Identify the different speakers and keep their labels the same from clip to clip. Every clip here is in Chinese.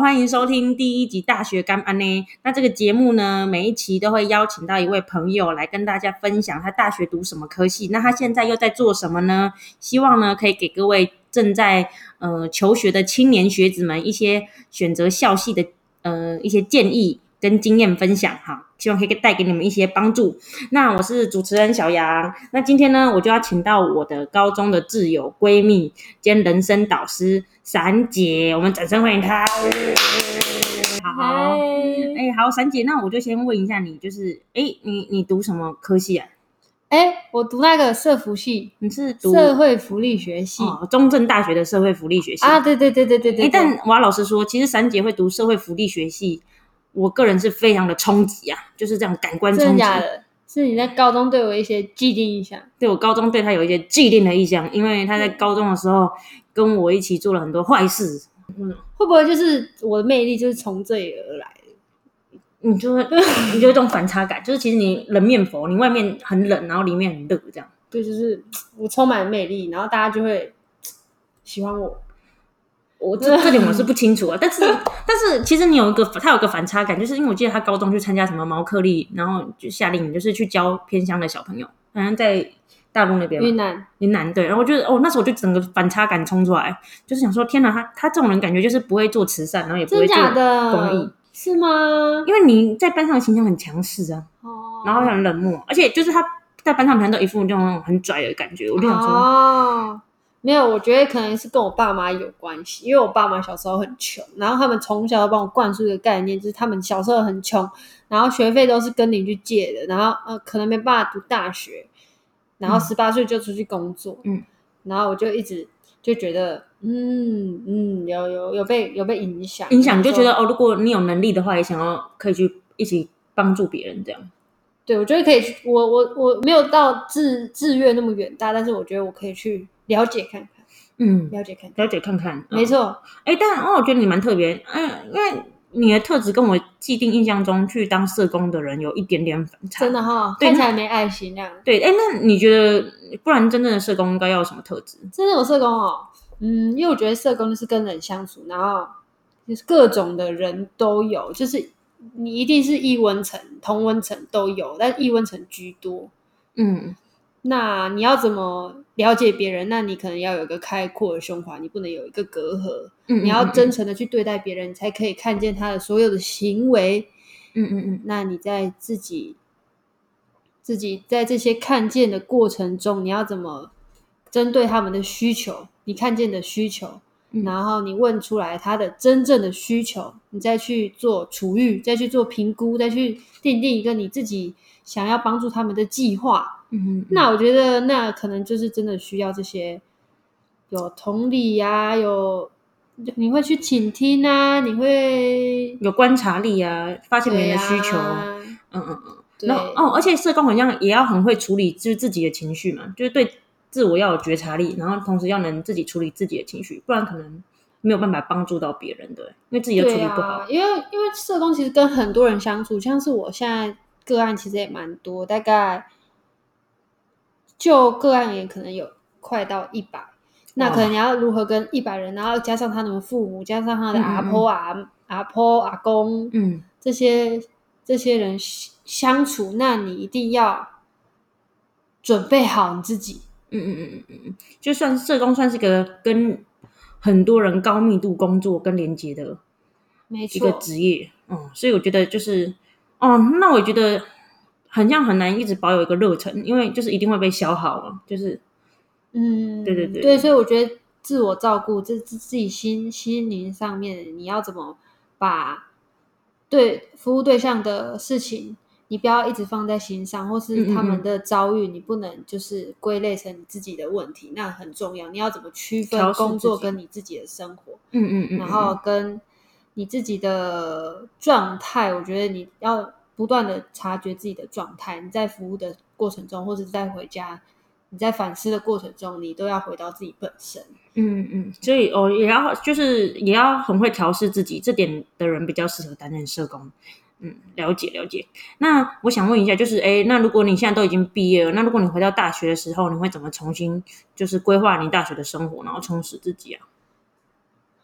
Speaker 1: 欢迎收听第一集《大学干安呢》。那这个节目呢，每一期都会邀请到一位朋友来跟大家分享他大学读什么科系，那他现在又在做什么呢？希望呢，可以给各位正在呃求学的青年学子们一些选择校系的呃一些建议跟经验分享哈。希望可以带给你们一些帮助。那我是主持人小杨，那今天呢，我就要请到我的高中的挚友、闺蜜兼人生导师闪姐，我们掌声欢迎她。好，
Speaker 2: 嗨，
Speaker 1: 哎、好，闪姐，那我就先问一下你，就是哎、你你读什么科系啊？
Speaker 2: 哎，我读那个社福系，
Speaker 1: 你是读
Speaker 2: 社会福利学系、
Speaker 1: 哦中正大学的社会福利学系
Speaker 2: 啊，对对对对对
Speaker 1: 哎、
Speaker 2: 对，
Speaker 1: 但我要老实说，其实闪姐会读社会福利学系，我个人是非常的冲击啊，就是这样感官
Speaker 2: 对
Speaker 1: 冲
Speaker 2: 真的
Speaker 1: 击。
Speaker 2: 假的？是你在高中对我一些既定印象，
Speaker 1: 对我高中对他有一些既定的印象，因为他
Speaker 2: 嗯
Speaker 1: 在高中的时候跟我一起做了很多坏事。
Speaker 2: 会不会就是我的魅力就是从这里而来的？
Speaker 1: 你就 会，你就有一种反差感，就是其实你冷面佛，你外面很冷，然后里面很热，这样。
Speaker 2: 对，就是我充满魅力，然后大家就会喜欢我。
Speaker 1: 我这这点我是不清楚啊，但是 但是其实你有一个他有一个反差感，就是因为我记得他高中去参加什么毛克利，然后就夏令营，就是去教偏乡的小朋友，好像在大陆那边嘛
Speaker 2: 云南，
Speaker 1: 云南对，然后我就哦，那时候我就整个反差感冲出来，就是想说天哪，他他这种人感觉就是不会做慈善，然后也不
Speaker 2: 真
Speaker 1: 会
Speaker 2: 的
Speaker 1: 做
Speaker 2: 假的？
Speaker 1: 公益，
Speaker 2: 是吗？
Speaker 1: 因为你在班上的形象很强势啊，
Speaker 2: 哦
Speaker 1: 然后很冷漠，而且就是他在班上好像都一副那种很拽的感觉，我就想说，
Speaker 2: 哦，没有，我觉得可能是跟我爸妈有关系，因为我爸妈小时候很穷，然后他们从小就帮我灌输一个概念，就是他们小时候很穷，然后学费都是跟邻居借的，然后呃可能没办法读大学，然后
Speaker 1: 嗯
Speaker 2: 十八岁就出去工作，
Speaker 1: 嗯，
Speaker 2: 然后我就一直就觉得，嗯嗯，有有有被有被影响
Speaker 1: 影响你就觉得
Speaker 2: 说
Speaker 1: 哦，如果你有能力的话，也想要可以去一起帮助别人这样。
Speaker 2: 对，我觉得可以去，我我我没有到自自愿那么远大，但是我觉得我可以去了解看看，
Speaker 1: 嗯，
Speaker 2: 了解看看，
Speaker 1: 了解看看，
Speaker 2: 没
Speaker 1: 错。
Speaker 2: 错。
Speaker 1: 哎、但哦，我觉得你蛮特别，嗯，因为你的特质跟我既定印象中去当社工的人有一点点反差。
Speaker 2: 真的哈、
Speaker 1: 对
Speaker 2: 看起来没爱心那样。
Speaker 1: 对，哎、那你觉得，不然真正的社工应该要有什么特质？
Speaker 2: 真的有社工哦，嗯，因为我觉得社工就是跟人相处，然后就是各种的人都有，就是你一定是异温层、同温层都有，但异温层居多。
Speaker 1: 嗯，
Speaker 2: 那你要怎么了解别人？那你可能要有一个开阔的胸怀，你不能有一个隔阂，
Speaker 1: 嗯
Speaker 2: 你要
Speaker 1: 嗯
Speaker 2: 真诚的去对待别人，你才可以看见他的所有的行为，
Speaker 1: 嗯嗯嗯
Speaker 2: 那你在自己自己在这些看见的过程中，你要怎么针对他们的需求，你看见的需求，
Speaker 1: 嗯
Speaker 2: 然后你问出来他的真正的需求，你再去做处遇，再去做评估，再去奠定一个你自己想要帮助他们的计划。
Speaker 1: 嗯嗯，
Speaker 2: 那我觉得，那可能就是真的需要这些有同理呀、有你会去倾听啊，你会
Speaker 1: 有观察力啊，发现别
Speaker 2: 对啊
Speaker 1: 人
Speaker 2: 呀
Speaker 1: 的需求，嗯嗯嗯。
Speaker 2: 对
Speaker 1: 然后哦，而且社工好像也要很会处理就是自己的情绪嘛，就是对自我要有觉察力，然后同时要能自己处理自己的情绪，不然可能没有办法帮助到别人的，因为自己的处
Speaker 2: 对
Speaker 1: 理
Speaker 2: 啊，
Speaker 1: 不好。
Speaker 2: 因为因为社工其实跟很多人相处，像是我现在个案其实也蛮多，大概就个案也可能有快到一百。那
Speaker 1: 哦
Speaker 2: 可能你要如何跟一百人，然后加上他们的父母，加上他的
Speaker 1: 嗯嗯
Speaker 2: 阿婆、阿阿婆、阿公，
Speaker 1: 嗯
Speaker 2: 这些这些人相相处，那你一定要准备好你自己。
Speaker 1: 嗯嗯嗯嗯嗯，就算社工算是个跟很多人高密度工作跟连接的
Speaker 2: 没
Speaker 1: 一个
Speaker 2: 错，
Speaker 1: 职业，嗯，所以我觉得就是，哦，那我觉得很像很难一直保有一个热忱，因为就是一定会被消耗嘛，就是
Speaker 2: 嗯，
Speaker 1: 对对对
Speaker 2: 对，所以我觉得自我照顾，这自自己心心灵上面，你要怎么把对服务对象的事情，你不要一直放在心上，
Speaker 1: 嗯
Speaker 2: 或
Speaker 1: 嗯
Speaker 2: 是他
Speaker 1: 嗯
Speaker 2: 们的遭遇，你不能就是归类成你自己的问题，那很重要。你要怎么区
Speaker 1: 调试
Speaker 2: 分工作
Speaker 1: 自己
Speaker 2: 跟你自己的生活，
Speaker 1: 嗯嗯嗯，
Speaker 2: 然后跟你自己的状态，我觉得你要不断的察觉自己的状态。你在服务的过程中，或者在回家，你在反思的过程中，你都要回到自己本身。
Speaker 1: 嗯嗯，所以哦，也要就是也要很会调试自己，这点的人比较适合担任社工。嗯，了解了解。那我想问一下，就是诶，那如果你现在都已经毕业了，那如果你回到大学的时候，你会怎么重新就是规划你大学的生活，然后充实自己啊？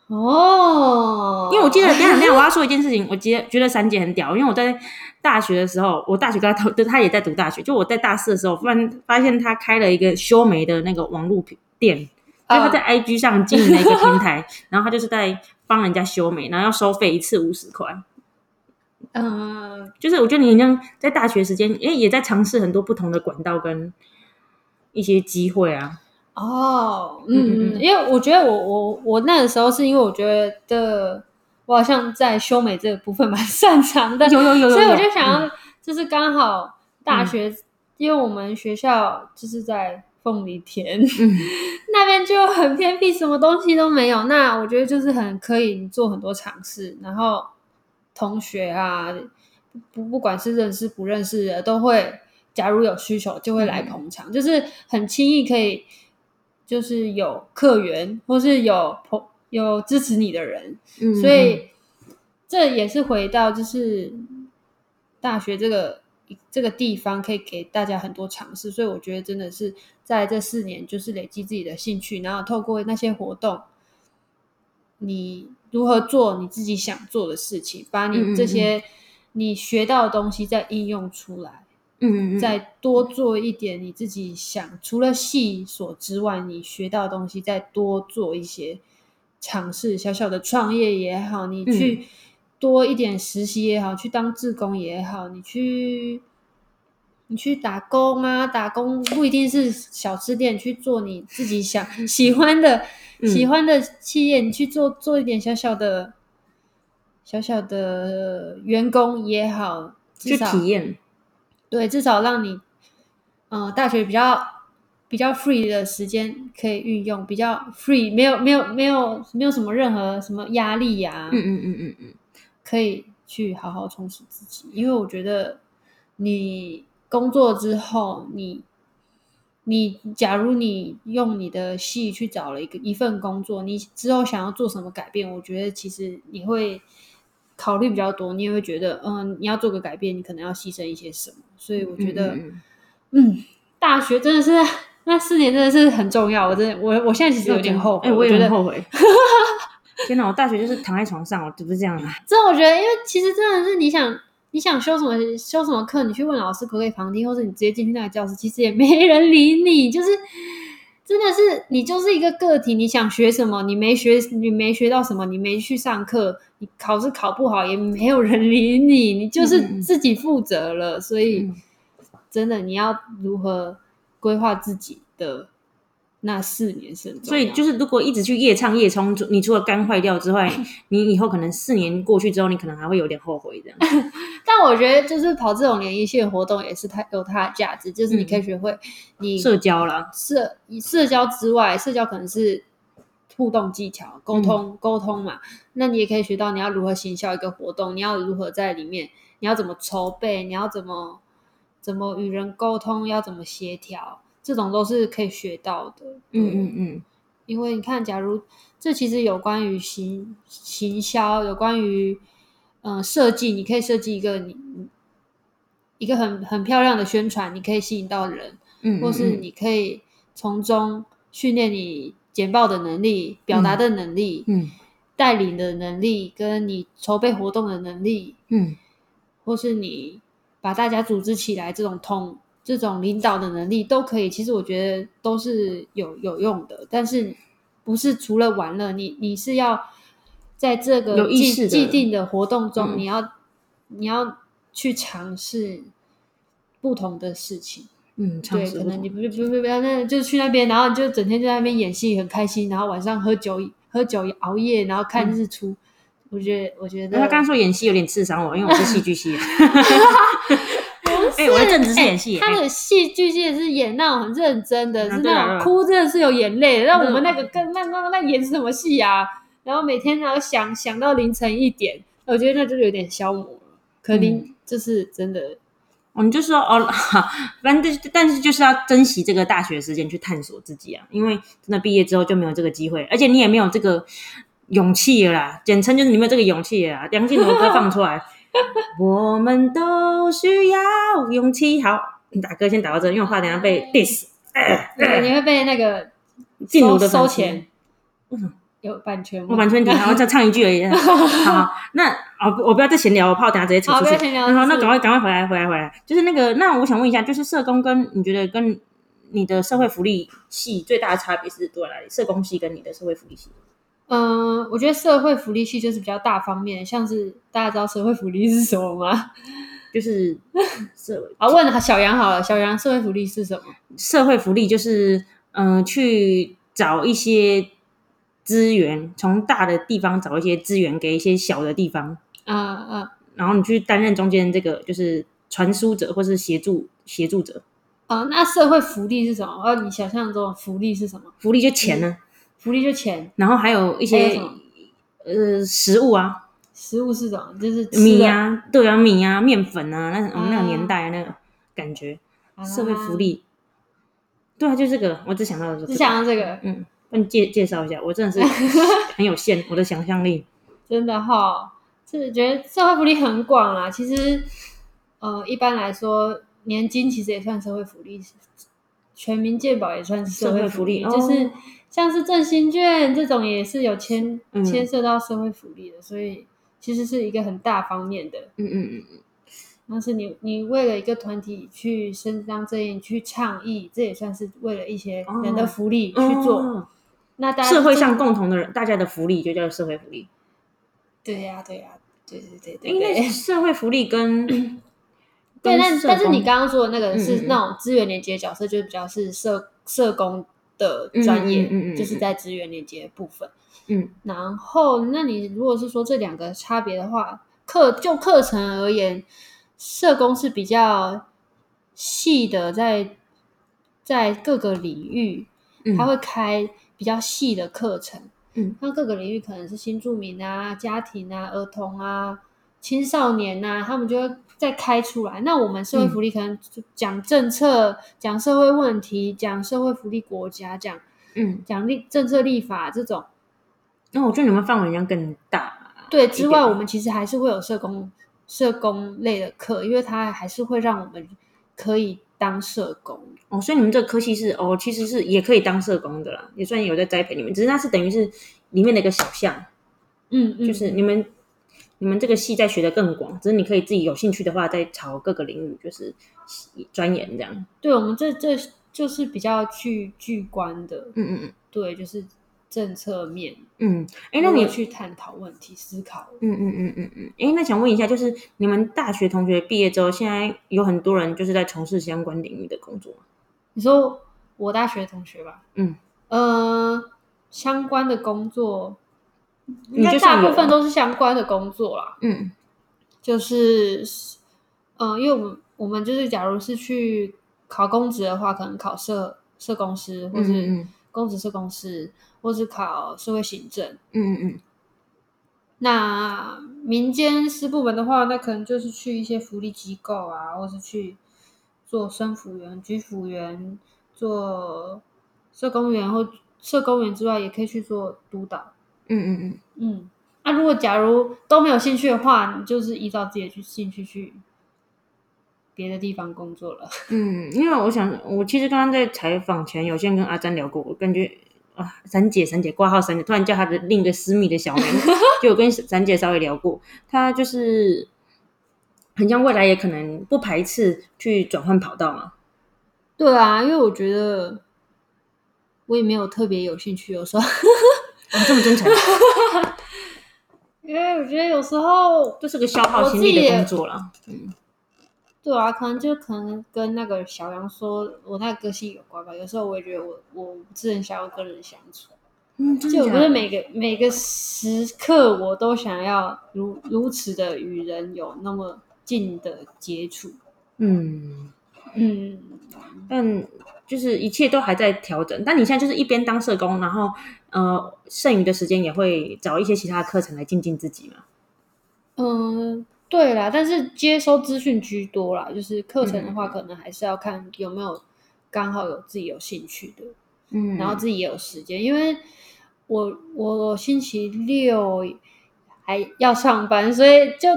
Speaker 2: 哦，
Speaker 1: 因为我记得，等一下等一下，我要说一件事情，我觉得觉得珊姐很屌，因为我在大学的时候，我大学跟她同，就她也在读大学，就我在大四的时候，突然发现她开了一个修眉的那个网络店，就她在 IG 上经营了一个平台，然后她就是在帮人家修眉，然后要收费一次五十块，
Speaker 2: 嗯，
Speaker 1: 就是我觉得你好像在大学时间，因为也在尝试很多不同的管道跟一些机会啊，
Speaker 2: 哦，
Speaker 1: 嗯嗯
Speaker 2: 嗯
Speaker 1: 嗯
Speaker 2: 嗯，因为我觉得我我我那个时候是因为我觉得我好像在修美这个部分蛮擅长的，
Speaker 1: 有有有 有有，
Speaker 2: 所以我就想
Speaker 1: 嗯
Speaker 2: 要，就是刚好大学，因为我们学校就是在凤梨田、
Speaker 1: 嗯
Speaker 2: 那边就很偏僻，什么东西都没有。那我觉得就是很可以做很多尝试，然后同学啊，不不管是认识不认识的，都会假如有需求就会来捧场，就是很轻易可以，就是有客源或是有朋有支持你的人，
Speaker 1: 嗯
Speaker 2: 所以这也是回到就是大学这个这个地方可以给大家很多尝试，所以我觉得真的是在这四年就是累积自己的兴趣，然后透过那些活动，你如何做你自己想做的事情，把
Speaker 1: 嗯嗯
Speaker 2: 你这些你学到的东西再应用出来。
Speaker 1: 嗯嗯嗯
Speaker 2: 再多做一点你自己想，除了系所之外，你学到的东西再多做一些尝试，小小的创业也好，你
Speaker 1: 嗯
Speaker 2: 去多一点实习也好，去当志工也好，你去你去打工啊，打工不一定是小吃店，去做你自己想喜欢的、
Speaker 1: 嗯
Speaker 2: 喜欢的企业，你去做做一点小小的。小小的员工也好，至
Speaker 1: 去
Speaker 2: 少
Speaker 1: 体验，
Speaker 2: 对，至少让你，呃，大学比较比较 free 的时间可以运用，比较 free，没有没有没有没有什么任何什么压力呀、
Speaker 1: 嗯嗯嗯嗯嗯，
Speaker 2: 可以去好好充实自己。因为我觉得你工作之后，你你假如你用你的戏去找了一个一份工作，你之后想要做什么改变，我觉得其实你会考虑比较多，你也会觉得，嗯，你要做个改变，你可能要牺牲一些什么。所以我觉得，
Speaker 1: 嗯嗯
Speaker 2: 嗯
Speaker 1: 嗯
Speaker 2: 大学真的是。那四年真的是很重要，我真的，我我现在其实有点后悔，
Speaker 1: 哎、我也
Speaker 2: 觉得
Speaker 1: 很后悔。 天哪，我大学就是躺在床上，我就是这样啊。
Speaker 2: 这我觉得，因为其实真的是你想你想修什么修什么课，你去问老师可不可以旁听，或者你直接进去那个教室，其实也没人理你，就是真的是你就是一个个体，你想学什么，你没学你没学到什么，你没去上课，你考试考不好也没有人理你，你就是自己负责了，所以
Speaker 1: 嗯
Speaker 2: 真的你要如何规划自己的那四年是很重
Speaker 1: 所以
Speaker 2: 要
Speaker 1: 就是，如果一直去夜唱夜冲，你除了肝坏掉之 外，你以后可能四年过去之后，你可能还会有点后悔 这样。
Speaker 2: 但我觉得就是跑这种联谊性活动也是它有它的价值，就是你可以学会你
Speaker 1: 嗯社交啦，
Speaker 2: 社以社交之外，社交可能是互动技巧、
Speaker 1: 嗯
Speaker 2: 沟通、沟通嘛。那你也可以学到你要如何行销一个活动，你要如何在里面，你要怎么筹备，你要怎么怎么与人沟通，要怎么协调，这种都是可以学到的。
Speaker 1: 嗯
Speaker 2: 对
Speaker 1: 嗯嗯，
Speaker 2: 因为你看，假如这其实有关于行行销，有关于嗯、呃设计，你可以设计一个你一个很很漂亮的宣传，你可以吸引到人，
Speaker 1: 嗯，
Speaker 2: 或是
Speaker 1: 嗯
Speaker 2: 你可以从中训练你简报的能力、表达的能力、
Speaker 1: 嗯
Speaker 2: 带领的能力，跟你筹备活动的能力，
Speaker 1: 嗯
Speaker 2: 或是你把大家组织起来这种通这种领导的能力都可以，其实我觉得都是有有用的，但是不是除了玩乐，你你是要在这
Speaker 1: 有
Speaker 2: 个
Speaker 1: 意
Speaker 2: 既
Speaker 1: 识的
Speaker 2: 既定的活动中，
Speaker 1: 嗯
Speaker 2: 你要你要去尝试不同的事情，
Speaker 1: 嗯，尝
Speaker 2: 对，
Speaker 1: 试
Speaker 2: 可
Speaker 1: 不
Speaker 2: 能
Speaker 1: 同
Speaker 2: 你不是不不不那就去那边，然后你就整天就在那边演戏，很开心，然后晚上喝酒喝酒熬夜，然后看日出，我觉得我觉得
Speaker 1: 嗯那他刚刚说演戏有点刺伤我，因为我是戏剧 系的。 哎、
Speaker 2: 是
Speaker 1: 我的正职是演戏、哎
Speaker 2: 欸他的戏剧系是演那种很认真的，
Speaker 1: 嗯
Speaker 2: 是
Speaker 1: 对啊对
Speaker 2: 那
Speaker 1: 啊嗯
Speaker 2: 种哭真的是有眼泪的。那
Speaker 1: 对
Speaker 2: 我们那个跟那那那演什么戏啊？然后每天然后想想到凌晨一点，我觉得那就是有点消磨了。
Speaker 1: 嗯
Speaker 2: 可能、就是真 的，
Speaker 1: 我们就说哦， 反正就是但是就是要珍惜这个大学时间去探索自己啊，因为真的毕业之后就没有这个机会，而且你也没有这个勇气了啦。简称就是你没有这个勇气了啦。梁静茹的歌放出来， 我们都需要勇气。好，你打歌先打到这，因为我怕等一下被 diss。
Speaker 2: 你会被那个
Speaker 1: 静茹
Speaker 2: 收
Speaker 1: 的粉
Speaker 2: 收
Speaker 1: 丝
Speaker 2: 钱。
Speaker 1: 为什么
Speaker 2: 有版权吗？
Speaker 1: 我完全 听，然后再唱一句而已。 好，那哦，不我不要再闲聊，我怕我等下直接扯
Speaker 2: 好，
Speaker 1: 出
Speaker 2: 不
Speaker 1: 去
Speaker 2: 要。闲聊。
Speaker 1: 然后那
Speaker 2: 是
Speaker 1: 赶快赶快回来回来回来，就是那个，那我想问一下，就是社工跟你觉得跟你的社会福利系最大的差别是多在哪里？社工系跟你的社会福利系，
Speaker 2: 嗯，我觉得社会福利系就是比较大方面，像是大家知道社会福利是什么吗？
Speaker 1: 就是社
Speaker 2: 啊，问小杨好了，小杨社会福利是什么？
Speaker 1: 社会福利就是嗯、呃去找一些资源，从大的地方找一些资源给一些小的地方，
Speaker 2: 啊啊
Speaker 1: 然后你去担任中间这个就是传输者或是协助协助者，
Speaker 2: 啊！那社会福利是什么？哦，你想象中的福利是什么？
Speaker 1: 福利就钱呢、
Speaker 2: 福利就钱，
Speaker 1: 然后还有一
Speaker 2: 还有
Speaker 1: 些
Speaker 2: 什么
Speaker 1: 呃食物啊，
Speaker 2: 食物是什么？就是吃
Speaker 1: 米
Speaker 2: 的
Speaker 1: 呀、对啊，米呀、面粉啊，那我们那个年
Speaker 2: 啊
Speaker 1: 代那个感觉，
Speaker 2: 啊
Speaker 1: 社会福。利，对啊，就这个，我只想到的是、这
Speaker 2: 只
Speaker 1: 个，
Speaker 2: 想到这个，
Speaker 1: 嗯，帮你介介绍一下，我真的 是很有限，我的想象力，
Speaker 2: 真的哈、是觉得社会福利很广啦。其实，呃，一般来说，年金其实也算社会福利，全民健保也算是社会福利，
Speaker 1: 社会
Speaker 2: 就
Speaker 1: 福利
Speaker 2: 是
Speaker 1: 哦
Speaker 2: 像是振兴券这种也是有牵
Speaker 1: 嗯
Speaker 2: 牵涉到社会福利的，所以其实是一个很大方面的。
Speaker 1: 嗯嗯嗯，
Speaker 2: 但是你你为了一个团体去伸张正义、去倡议，这也算是为了一些人的
Speaker 1: 哦
Speaker 2: 福利嗯去做。
Speaker 1: 哦
Speaker 2: 那大家
Speaker 1: 社会
Speaker 2: 就
Speaker 1: 上共同的人，大家的福利就叫社会福利，
Speaker 2: 对呀、对呀、对对对对
Speaker 1: 因
Speaker 2: 对。
Speaker 1: 为社会福利 跟
Speaker 2: 对，
Speaker 1: 跟
Speaker 2: 但
Speaker 1: 社
Speaker 2: 但是你
Speaker 1: 工
Speaker 2: 刚刚说的那个
Speaker 1: 嗯嗯
Speaker 2: 是
Speaker 1: 嗯
Speaker 2: 那种资源连接角色，就是比较是社社工的专业，
Speaker 1: 嗯嗯嗯嗯嗯
Speaker 2: 就是在资源连接的部分。
Speaker 1: 嗯，
Speaker 2: 然后，那你如果是说这两个差别的话，课就课程而言，社工是比较细的在在各个领域，
Speaker 1: 嗯
Speaker 2: 他会开比较细的课程。
Speaker 1: 嗯，
Speaker 2: 那各个领域可能是新住民啊、家庭啊、儿童啊、青少年啊，他们就会再开出来。那我们社会福利可能就讲政策、讲社会问题、讲社会福利国家、讲
Speaker 1: 嗯，
Speaker 2: 讲立政策立法这种。
Speaker 1: 那我觉得你们范围应该更大，啊
Speaker 2: 对，之外
Speaker 1: 点
Speaker 2: 我们其实还是会有社工社工类的课，因为它还是会让我们可以当社工。
Speaker 1: 哦，所以你们这个科系是哦，其实是也可以当社工的啦，也算有在栽培你们，只是那是等于是里面的一个小项，
Speaker 2: 嗯嗯，
Speaker 1: 就是你们你们这个系在学的更广，只是你可以自己有兴趣的话，再朝各个领域就是钻研这样。
Speaker 2: 对我们这这就是比较具具观的，
Speaker 1: 嗯嗯
Speaker 2: 对，就是政策面。
Speaker 1: 嗯嗯，哎，那
Speaker 2: 如
Speaker 1: 你
Speaker 2: 何去探讨问题、思考。
Speaker 1: 嗯嗯嗯嗯嗯，哎，那想问一下，就是你们大学同学毕业之后，现在有很多人就是在从事相关领域的工作吗，
Speaker 2: 你说我大学同学吧，
Speaker 1: 嗯，
Speaker 2: 呃，相关的工作，应
Speaker 1: 你
Speaker 2: 该
Speaker 1: 就
Speaker 2: 大
Speaker 1: 算有
Speaker 2: 部分
Speaker 1: 啊
Speaker 2: 都是相关的工作啦。
Speaker 1: 嗯
Speaker 2: 就是，呃，因为我们我们就是，假如是去考公职的话，可能考社社工师，
Speaker 1: 嗯
Speaker 2: 或
Speaker 1: 嗯
Speaker 2: 是
Speaker 1: 嗯
Speaker 2: 公职社工师，或是考社会行政。
Speaker 1: 嗯嗯嗯，
Speaker 2: 那民间师部门的话，那可能就是去一些福利机构啊，或是去做生辅员、居辅员、做社工员，或社工员之外，也可以去做督导。
Speaker 1: 嗯嗯嗯，
Speaker 2: 嗯，那、如果假如都没有兴趣的话，你就是依照自己的去兴趣去别的地方工作了。
Speaker 1: 嗯，因为我想，我其实刚刚在采访前有先跟阿詹聊过，我感觉啊，珊姐，珊姐挂号珊姐，突然叫她的另一个私密的小名，就有跟珊姐稍微聊过，她就是很像未来也可能不排斥去转换跑道嘛。
Speaker 2: 对啊，因为我觉得我也没有特别有兴趣，有时候，
Speaker 1: 啊，这么真诚，
Speaker 2: 因为我觉得有时候，
Speaker 1: 就是个消耗心力的工作啦。嗯
Speaker 2: 对啊，可能就可能跟那个小杨说我那个个性有关吧。有时候我也觉得我我不是很想要跟人相处，
Speaker 1: 嗯，真的
Speaker 2: 就我
Speaker 1: 假
Speaker 2: 不是
Speaker 1: 的
Speaker 2: 每个每个时刻我都想要如如此的与人有那么近的接触。
Speaker 1: 嗯，
Speaker 2: 嗯，
Speaker 1: 但就是一切都还在调整。但你现在就是一边当社工，然后呃，剩余的时间也会找一些其他的课程来静静自己嘛。
Speaker 2: 嗯，对啦，但是接收资讯居多啦，就是课程
Speaker 1: 嗯
Speaker 2: 的话，可能还是要看有没有刚好有自己有兴趣的，
Speaker 1: 嗯，
Speaker 2: 然后自己也有时间，因为我我星期六还要上班，所以就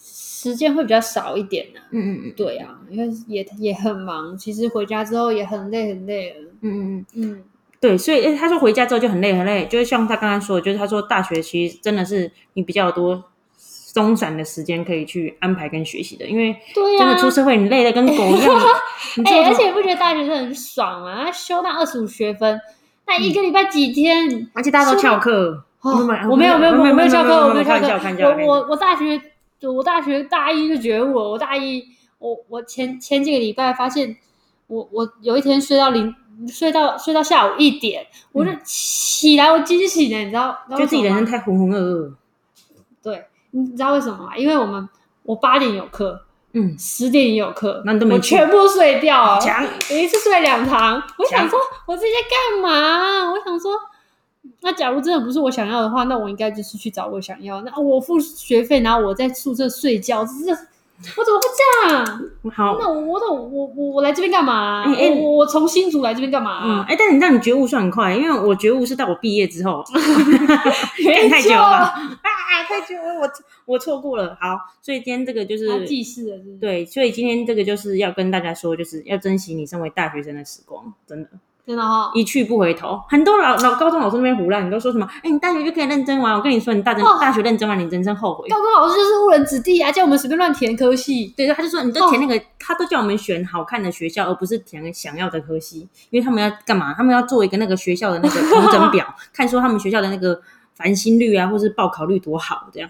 Speaker 2: 时间会比较少一点呢。
Speaker 1: 嗯嗯嗯。
Speaker 2: 对啊啊，因为也也很忙，其实回家之后也很累很累了。
Speaker 1: 嗯，嗯嗯，
Speaker 2: 嗯，
Speaker 1: 对，所以诶他说回家之后就很累很累，就是像他刚刚说的，就是他说大学其实真的是你比较多松散的时间可以去安排跟学习的，因为
Speaker 2: 对啊
Speaker 1: 真
Speaker 2: 呀、
Speaker 1: 的出社会你累的跟狗一样， 你知
Speaker 2: 哎、
Speaker 1: 道
Speaker 2: 而
Speaker 1: 吗
Speaker 2: 且你不觉得大学生很爽吗？他修那二十五学分，
Speaker 1: 嗯
Speaker 2: 那一个礼拜几天？
Speaker 1: 而且大家都翘课，
Speaker 3: 哦
Speaker 1: 没
Speaker 3: 我没有没有没有没有翘课，我没有翘
Speaker 1: 看
Speaker 3: 课
Speaker 1: 一下，看一下，
Speaker 2: 我我我大学我大学大一就觉悟了，我大一我我前前几个礼拜发现我我有一天睡到零睡到睡到下午一点，我
Speaker 3: 嗯
Speaker 2: 就起来我惊醒了，你知道？你知道
Speaker 1: 就
Speaker 2: 为
Speaker 1: 自己
Speaker 2: 什
Speaker 1: 人
Speaker 2: 么
Speaker 1: 生
Speaker 2: 吗
Speaker 1: 太浑浑噩噩，
Speaker 2: 对，你知道为什么吗？因为我们我八点有课，
Speaker 1: 嗯，
Speaker 2: 十点也有课，
Speaker 1: 那你都没
Speaker 2: 我
Speaker 1: 去
Speaker 2: 全部睡掉了，
Speaker 1: 强，
Speaker 2: 我一次睡两堂。我想
Speaker 1: 强
Speaker 2: 说，我自己在干嘛？我想说，那假如真的不是我想要的话，那我应该就是去找我想要。那哦我付学费，然后我在宿舍睡觉，这是我怎么会这样？
Speaker 1: 好，
Speaker 2: 那我那我我我我来这边干嘛？
Speaker 1: 嗯嗯
Speaker 2: 我我我从新竹来这边干
Speaker 1: 嗯，
Speaker 2: 嘛？啊
Speaker 1: 哎，但你让你觉悟算很快，因为我觉悟是到我毕业之后，
Speaker 2: 没
Speaker 1: 干太久
Speaker 2: 错
Speaker 1: 了吧，啊，太久了，我我错过了。好，所以今天这个就是
Speaker 2: 他记事了，是不是？，
Speaker 1: 对，所以今天这个就是要跟大家说，就是要珍惜你身为大学生的时光，真的，
Speaker 2: 真的哈、
Speaker 1: 一去不回头。很多老老高中老师那边胡乱，你都说什么？哎，你大学就可以认真玩。我跟你说，你大真、
Speaker 2: 哦
Speaker 1: 大学认真玩，你人生后悔。
Speaker 2: 高中老师就是误人子弟啊，叫我们随便乱填科系。
Speaker 1: 对，他就说你都填那个，他都叫我们选好看的学校，而不是填想要的科系，因为他们要干嘛？他们要做一个那个学校的 那个统整表，看说他们学校的那个繁星率啊，或是报考率多好，这样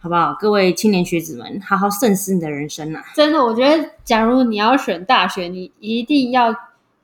Speaker 1: 好不好？各位青年学子们，好好慎思你的人生啊！
Speaker 2: 真的，我觉得，假如你要选大学，你一定要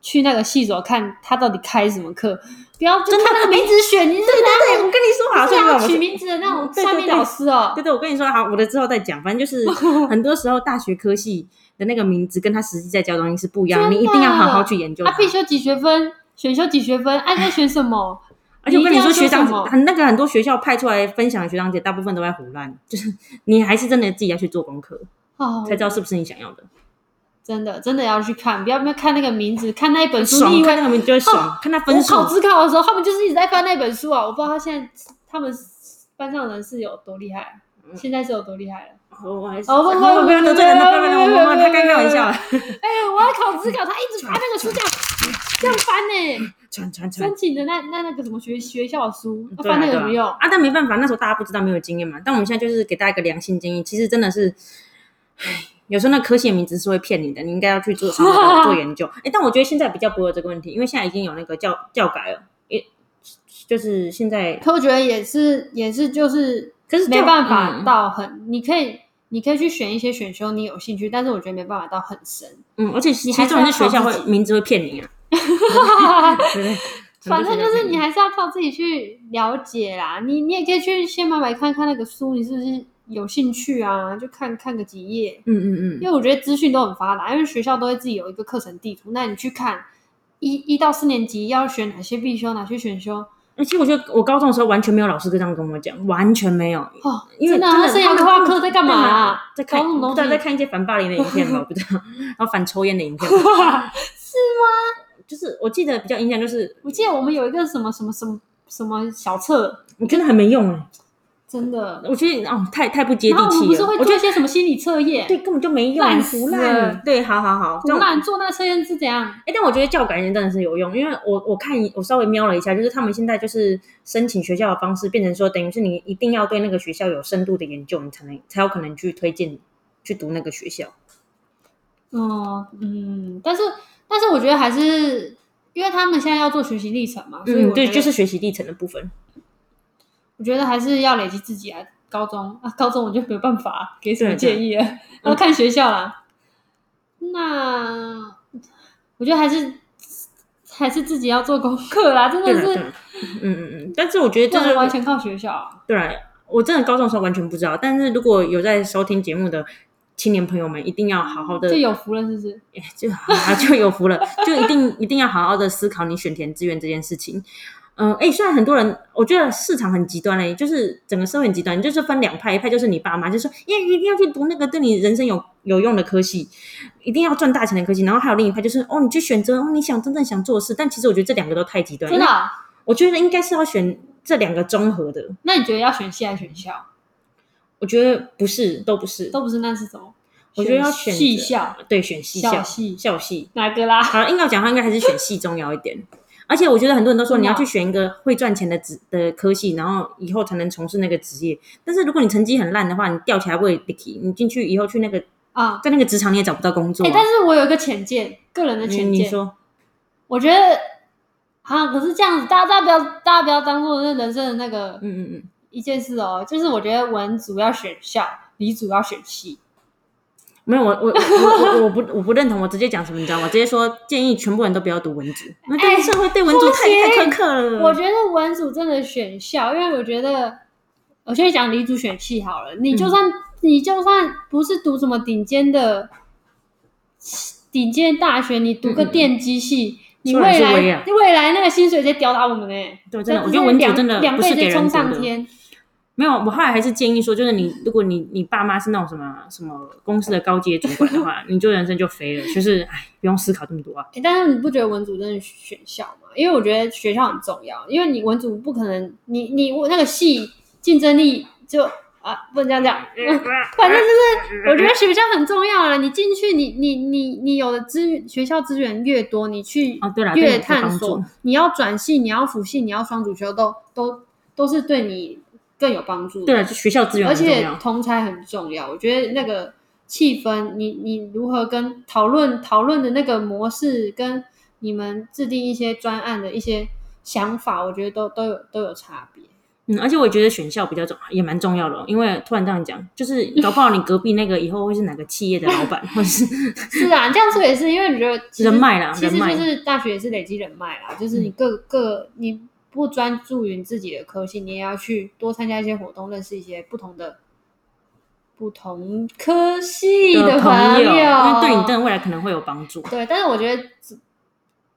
Speaker 2: 去那个系所看他到底开什么课，不要就
Speaker 1: 真的
Speaker 2: 看那个名字选，你是拿
Speaker 1: 对，我跟你说好，
Speaker 2: 是
Speaker 1: 所以
Speaker 2: 拿
Speaker 1: 我
Speaker 2: 取
Speaker 1: 们
Speaker 2: 名字的那种
Speaker 1: 对对
Speaker 2: 算命
Speaker 1: 对
Speaker 2: 老师哦
Speaker 1: 对。对，我跟你说好，我的之后再讲。反正就是 很多时候大学科系的那个名字跟他实际在教的东西是不一样的，
Speaker 2: 真
Speaker 1: 你一定要
Speaker 2: 的
Speaker 1: 好好去研究它。
Speaker 2: 啊，必修几学分，选修几学分，啊，你在选什么？
Speaker 1: 而且我跟你
Speaker 2: 你一定要
Speaker 1: 说，
Speaker 2: 说
Speaker 1: 学长
Speaker 2: 什么
Speaker 1: 很那个很多学校派出来分享的学长姐，大部分都在胡乱，就是你还是真的自己要去做功课，
Speaker 2: 哦
Speaker 1: 才，知道是不是你想要的。
Speaker 2: 真的真的要去看，不要不要看那个名字，看那一本书，
Speaker 1: 爽
Speaker 2: 你以
Speaker 1: 看
Speaker 2: 为
Speaker 1: 他们就会爽，看他分
Speaker 2: 哦我
Speaker 1: 数
Speaker 2: 考。自考的时候，他们就是一直在翻那本书啊，我不知道他现在他们班上的人是有多厉害，
Speaker 1: 嗯
Speaker 2: 现在是有多厉害了。
Speaker 1: 我我还是
Speaker 2: 哦不不不
Speaker 1: 不要得罪人，不要不要不要不要，
Speaker 2: 不不不
Speaker 1: 他刚开玩笑，
Speaker 2: 哎、我要考自考，他一直翻那个
Speaker 1: 哎
Speaker 2: 书这样这样翻呢、
Speaker 1: 传传传
Speaker 2: 申。请的那那那个什么学学校书，那
Speaker 1: 对啊
Speaker 2: 翻那
Speaker 1: 对
Speaker 2: 个有
Speaker 1: 啊
Speaker 2: 没用？
Speaker 1: 啊，但没办法，那时候大家不知道，没有经验嘛。但我们现在就是给大家一个良心建议，其实真的是，唉，有时候那科系的名字是会骗你的，你应该要去做稍微的做研究。哎，但我觉得现在比较不会有这个问题，因为现在已经有那个教教改了，也就是现在，
Speaker 2: 可我觉得也是也是就是
Speaker 1: 可是
Speaker 2: 没
Speaker 1: 教
Speaker 2: 办法
Speaker 1: 嗯
Speaker 2: 到很，你可以你可以去选一些选修你有兴趣，但是我觉得没办法到很深。
Speaker 1: 嗯，而且其
Speaker 2: 还
Speaker 1: 实
Speaker 2: 是
Speaker 1: 重点是
Speaker 2: 要
Speaker 1: 学校
Speaker 2: 靠
Speaker 1: 会
Speaker 2: 自己
Speaker 1: 名字会骗你啊，对不对？
Speaker 2: 反正就是你
Speaker 1: 还
Speaker 2: 还是要靠自己去了解啦，你你也可以去先买买看看那个书，你是不是有兴趣啊？就看看个几页，
Speaker 1: 嗯嗯嗯，
Speaker 2: 因为我觉得资讯都很发达，因为学校都会自己有一个课程地图，那你去看一一到四年级要选哪些必修，哪些选修
Speaker 1: 而且我觉得我高中的时候完全没有老师这样跟我讲，完全没有，
Speaker 2: 哦，
Speaker 1: 因为
Speaker 2: 真的
Speaker 1: 真
Speaker 2: 啊，
Speaker 1: 的他
Speaker 2: 生涯
Speaker 1: 们
Speaker 2: 规划课在干嘛、
Speaker 1: 嘛
Speaker 2: 啊？
Speaker 1: 在看，
Speaker 2: 搞什么
Speaker 1: 不
Speaker 2: 东
Speaker 1: 知道
Speaker 2: 西
Speaker 1: 在看一些反霸凌的影片 吧，我不知道，然后反抽烟的影 片吧，
Speaker 2: 是吗？
Speaker 1: 就是我记得比较印象就是，
Speaker 2: 我记得我们有一个什么什么什么什么小册，
Speaker 1: 我觉得很没用哎、
Speaker 2: 真的，
Speaker 1: 我觉得哦，太太不接
Speaker 2: 然后
Speaker 1: 地
Speaker 2: 我们
Speaker 1: 气
Speaker 2: 不是
Speaker 1: 了，
Speaker 2: 会
Speaker 1: 我觉
Speaker 2: 做一
Speaker 1: 得
Speaker 2: 些什么心理测验？
Speaker 1: 对，根本就没用，
Speaker 2: 烂死
Speaker 1: 腐烂
Speaker 2: 了，
Speaker 1: 对，好好好，这
Speaker 2: 胡
Speaker 1: 种
Speaker 2: 乱做那测验是怎样？
Speaker 1: 哎、但我觉得教改人真的是有用，因为我我看我稍微瞄了一下，就是他们现在就是申请学校的方式变成说，等于是你一定要对那个学校有深度的研究，你才能才有可能去推荐去读那个学校。
Speaker 2: 哦，嗯，但是但是我觉得还是因为他们现在要做学习历程嘛，所以
Speaker 1: 嗯，
Speaker 2: 我
Speaker 1: 对，
Speaker 2: 觉得
Speaker 1: 就是学习历程的部分。
Speaker 2: 我觉得还是要累积自己啊。高中啊，高中我就没有办法给什么
Speaker 1: 对对
Speaker 2: 建议了，要看学校啦。那我觉得还是还是自己要做功课啦，真
Speaker 1: 对
Speaker 2: 的
Speaker 1: 了，对
Speaker 2: 是
Speaker 1: 了，嗯嗯嗯。但是我觉得
Speaker 2: 不
Speaker 1: 这
Speaker 2: 能完
Speaker 1: 是
Speaker 2: 全靠学校啊。
Speaker 1: 对啊，我真的高中的时候完全不知道，但是如果有在收听节目的青年朋友们，一定要好好的
Speaker 2: 就有福了，是不是？
Speaker 1: 就啊就有福了， 就一定一定要好好的思考你选填志愿这件事情。嗯，哎、虽然很多人，我觉得市场很极端嘞、就是整个社会很极端，就是分两派，一派就是你爸妈，就说，耶，一定要去读那个对你人生有有用的科系，一定要赚大钱的科系，然后还有另一派就是，哦，你去选择哦你想真正想做的事，但其实我觉得这两个都太极端，
Speaker 2: 真的啊、
Speaker 1: 我觉得应该是要选这两个综合的，
Speaker 2: 那你觉得要选系还是选校？
Speaker 1: 我觉得不是，都不是，
Speaker 2: 都不是，那是什么？
Speaker 1: 我觉得要选
Speaker 2: 选系
Speaker 1: 择
Speaker 2: 校，
Speaker 1: 对，选系
Speaker 2: 校
Speaker 1: 校
Speaker 2: 系
Speaker 1: 校系，
Speaker 2: 哪个啦？
Speaker 1: 好了，硬要讲，他应该还是选系重要一点。而且我觉得很多人都说
Speaker 2: 真的哦
Speaker 1: 你要去选一个会赚钱的职的科系，然后以后才能从事那个职业。但是如果你成绩很烂的话，你吊起来会被踢，你进去以后去那个
Speaker 2: 啊。
Speaker 1: 在那个职场你也找不到工作
Speaker 2: 哎、
Speaker 1: 啊。
Speaker 2: 但是我有一个浅见，个人的
Speaker 1: 你
Speaker 2: 浅
Speaker 1: 你
Speaker 2: 见，
Speaker 1: 说
Speaker 2: 我觉得啊，可是这样子，大家大家不要大家不要当做是人生的那个
Speaker 1: 嗯嗯嗯，
Speaker 2: 一件事哦，就是我觉得文组要选校，理组要选系。
Speaker 1: 没有我我我我我我不我不认同，我直接讲什么你知道吗？直接说建议全部人都不要读文职，那对
Speaker 2: 哎
Speaker 1: 社会对文组
Speaker 2: 不
Speaker 1: 太太苛刻了。
Speaker 2: 我觉得文组真的选校，因为我觉得，我先讲理组选系好了。你
Speaker 1: 嗯
Speaker 2: 就算、你就算不是读什么顶尖的顶尖大学，你读
Speaker 1: 嗯
Speaker 2: 个
Speaker 1: 嗯嗯
Speaker 2: 电机系，你
Speaker 1: 虽然
Speaker 2: 未
Speaker 1: 是
Speaker 2: 来
Speaker 1: 微啊
Speaker 2: 未来那个薪水直接吊打我们呢、欸。
Speaker 1: 对，真的，
Speaker 2: 这
Speaker 1: 我觉得文组
Speaker 2: 两
Speaker 1: 真的
Speaker 2: 两
Speaker 1: 不
Speaker 2: 倍
Speaker 1: 是
Speaker 2: 直
Speaker 1: 给
Speaker 2: 接
Speaker 1: 人
Speaker 2: 冲
Speaker 1: 读
Speaker 2: 上
Speaker 1: 的。
Speaker 2: 天，
Speaker 1: 没有，我后来还是建议说，就是你，如果你你爸妈是那种什么什么公司的高阶主管的话，你就人生就飞了，就是哎，不用思考这么多啊。
Speaker 2: 欸但是你不觉得文组真的选校吗？因为我觉得学校很重要，因为你文组不可能，你你我那个系竞争力就啊不能这样讲， 反正就是我觉得学校很重要啊。你进去你，你你你有的资源，学校资源越多，你去
Speaker 1: 哦对啦对你
Speaker 2: 越
Speaker 1: 有
Speaker 2: 探
Speaker 1: 帮
Speaker 2: 索
Speaker 1: 助，
Speaker 2: 你要转系，你要辅系，你要双主修，都都都是对你更有帮助的。
Speaker 1: 对了，就学校资源
Speaker 2: 而
Speaker 1: 很重
Speaker 2: 且
Speaker 1: 要。
Speaker 2: 同才很重要，我觉得那个气氛，你你如何跟讨论讨论的那个模式，跟你们制定一些专案的一些想法，我觉得都都有都有差别。
Speaker 1: 嗯，而且我觉得选校比较重，也蛮重要的、哦，因为突然这样讲，就是搞不好你隔壁那个以后会是哪个企业的老板，或者是
Speaker 2: 是啊，这样说也是，因为你觉得其实
Speaker 1: 人脉啦
Speaker 2: 其
Speaker 1: 人
Speaker 2: 实
Speaker 1: 脉
Speaker 2: 就是大学也是累积人脉啦，就是你各各你不专注于你自己的科系，你也要去多参加一些活动，认识一些不同的。不同科系的
Speaker 1: 朋
Speaker 2: 友，
Speaker 1: 因为对你真的未来可能会有帮助。
Speaker 2: 对，但是我觉得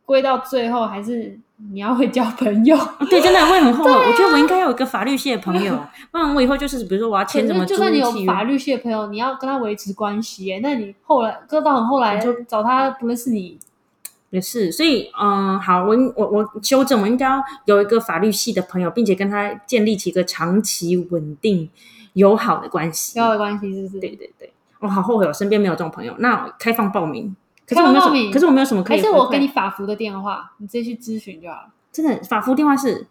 Speaker 2: 归到最后还是你要会交朋友。
Speaker 1: 啊 对，真的会很后悔。我觉得我应该要有一个法律系的朋 友，不然我以后就是比如说我要
Speaker 2: 可
Speaker 1: 签什么租
Speaker 2: 是就
Speaker 1: 赁
Speaker 2: 算你有
Speaker 1: 契约
Speaker 2: 法律系的朋友，你要跟他维持关系耶，那你后来搁到很后来
Speaker 1: 就
Speaker 2: 找他不认识你，
Speaker 1: 也是，所以嗯，好，我应我我修正，我应该要有一个法律系的朋友，并且跟他建立起一个长期稳定友好的关系。
Speaker 2: 交友关系是不是？
Speaker 1: 对对对，我好后悔，我身边没有这种朋友。那开放报名，可是我
Speaker 2: 开放
Speaker 1: 没有什
Speaker 2: 报名
Speaker 1: 么，可是我没有什么可
Speaker 2: 还
Speaker 1: 以回馈。
Speaker 2: 是我给你法服的电话，你直接去咨询就好了。
Speaker 1: 真的法服电话是，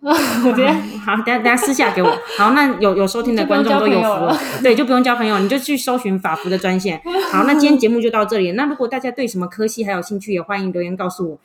Speaker 2: 我觉得
Speaker 1: 好，等下等下私下给我。好，那有有收听的观众都有福了，对，就不用交朋友，你就去搜寻法服的专线。好，那今天节目就到这里。那如果大家对什么科系还有兴趣，也欢迎留言告诉我。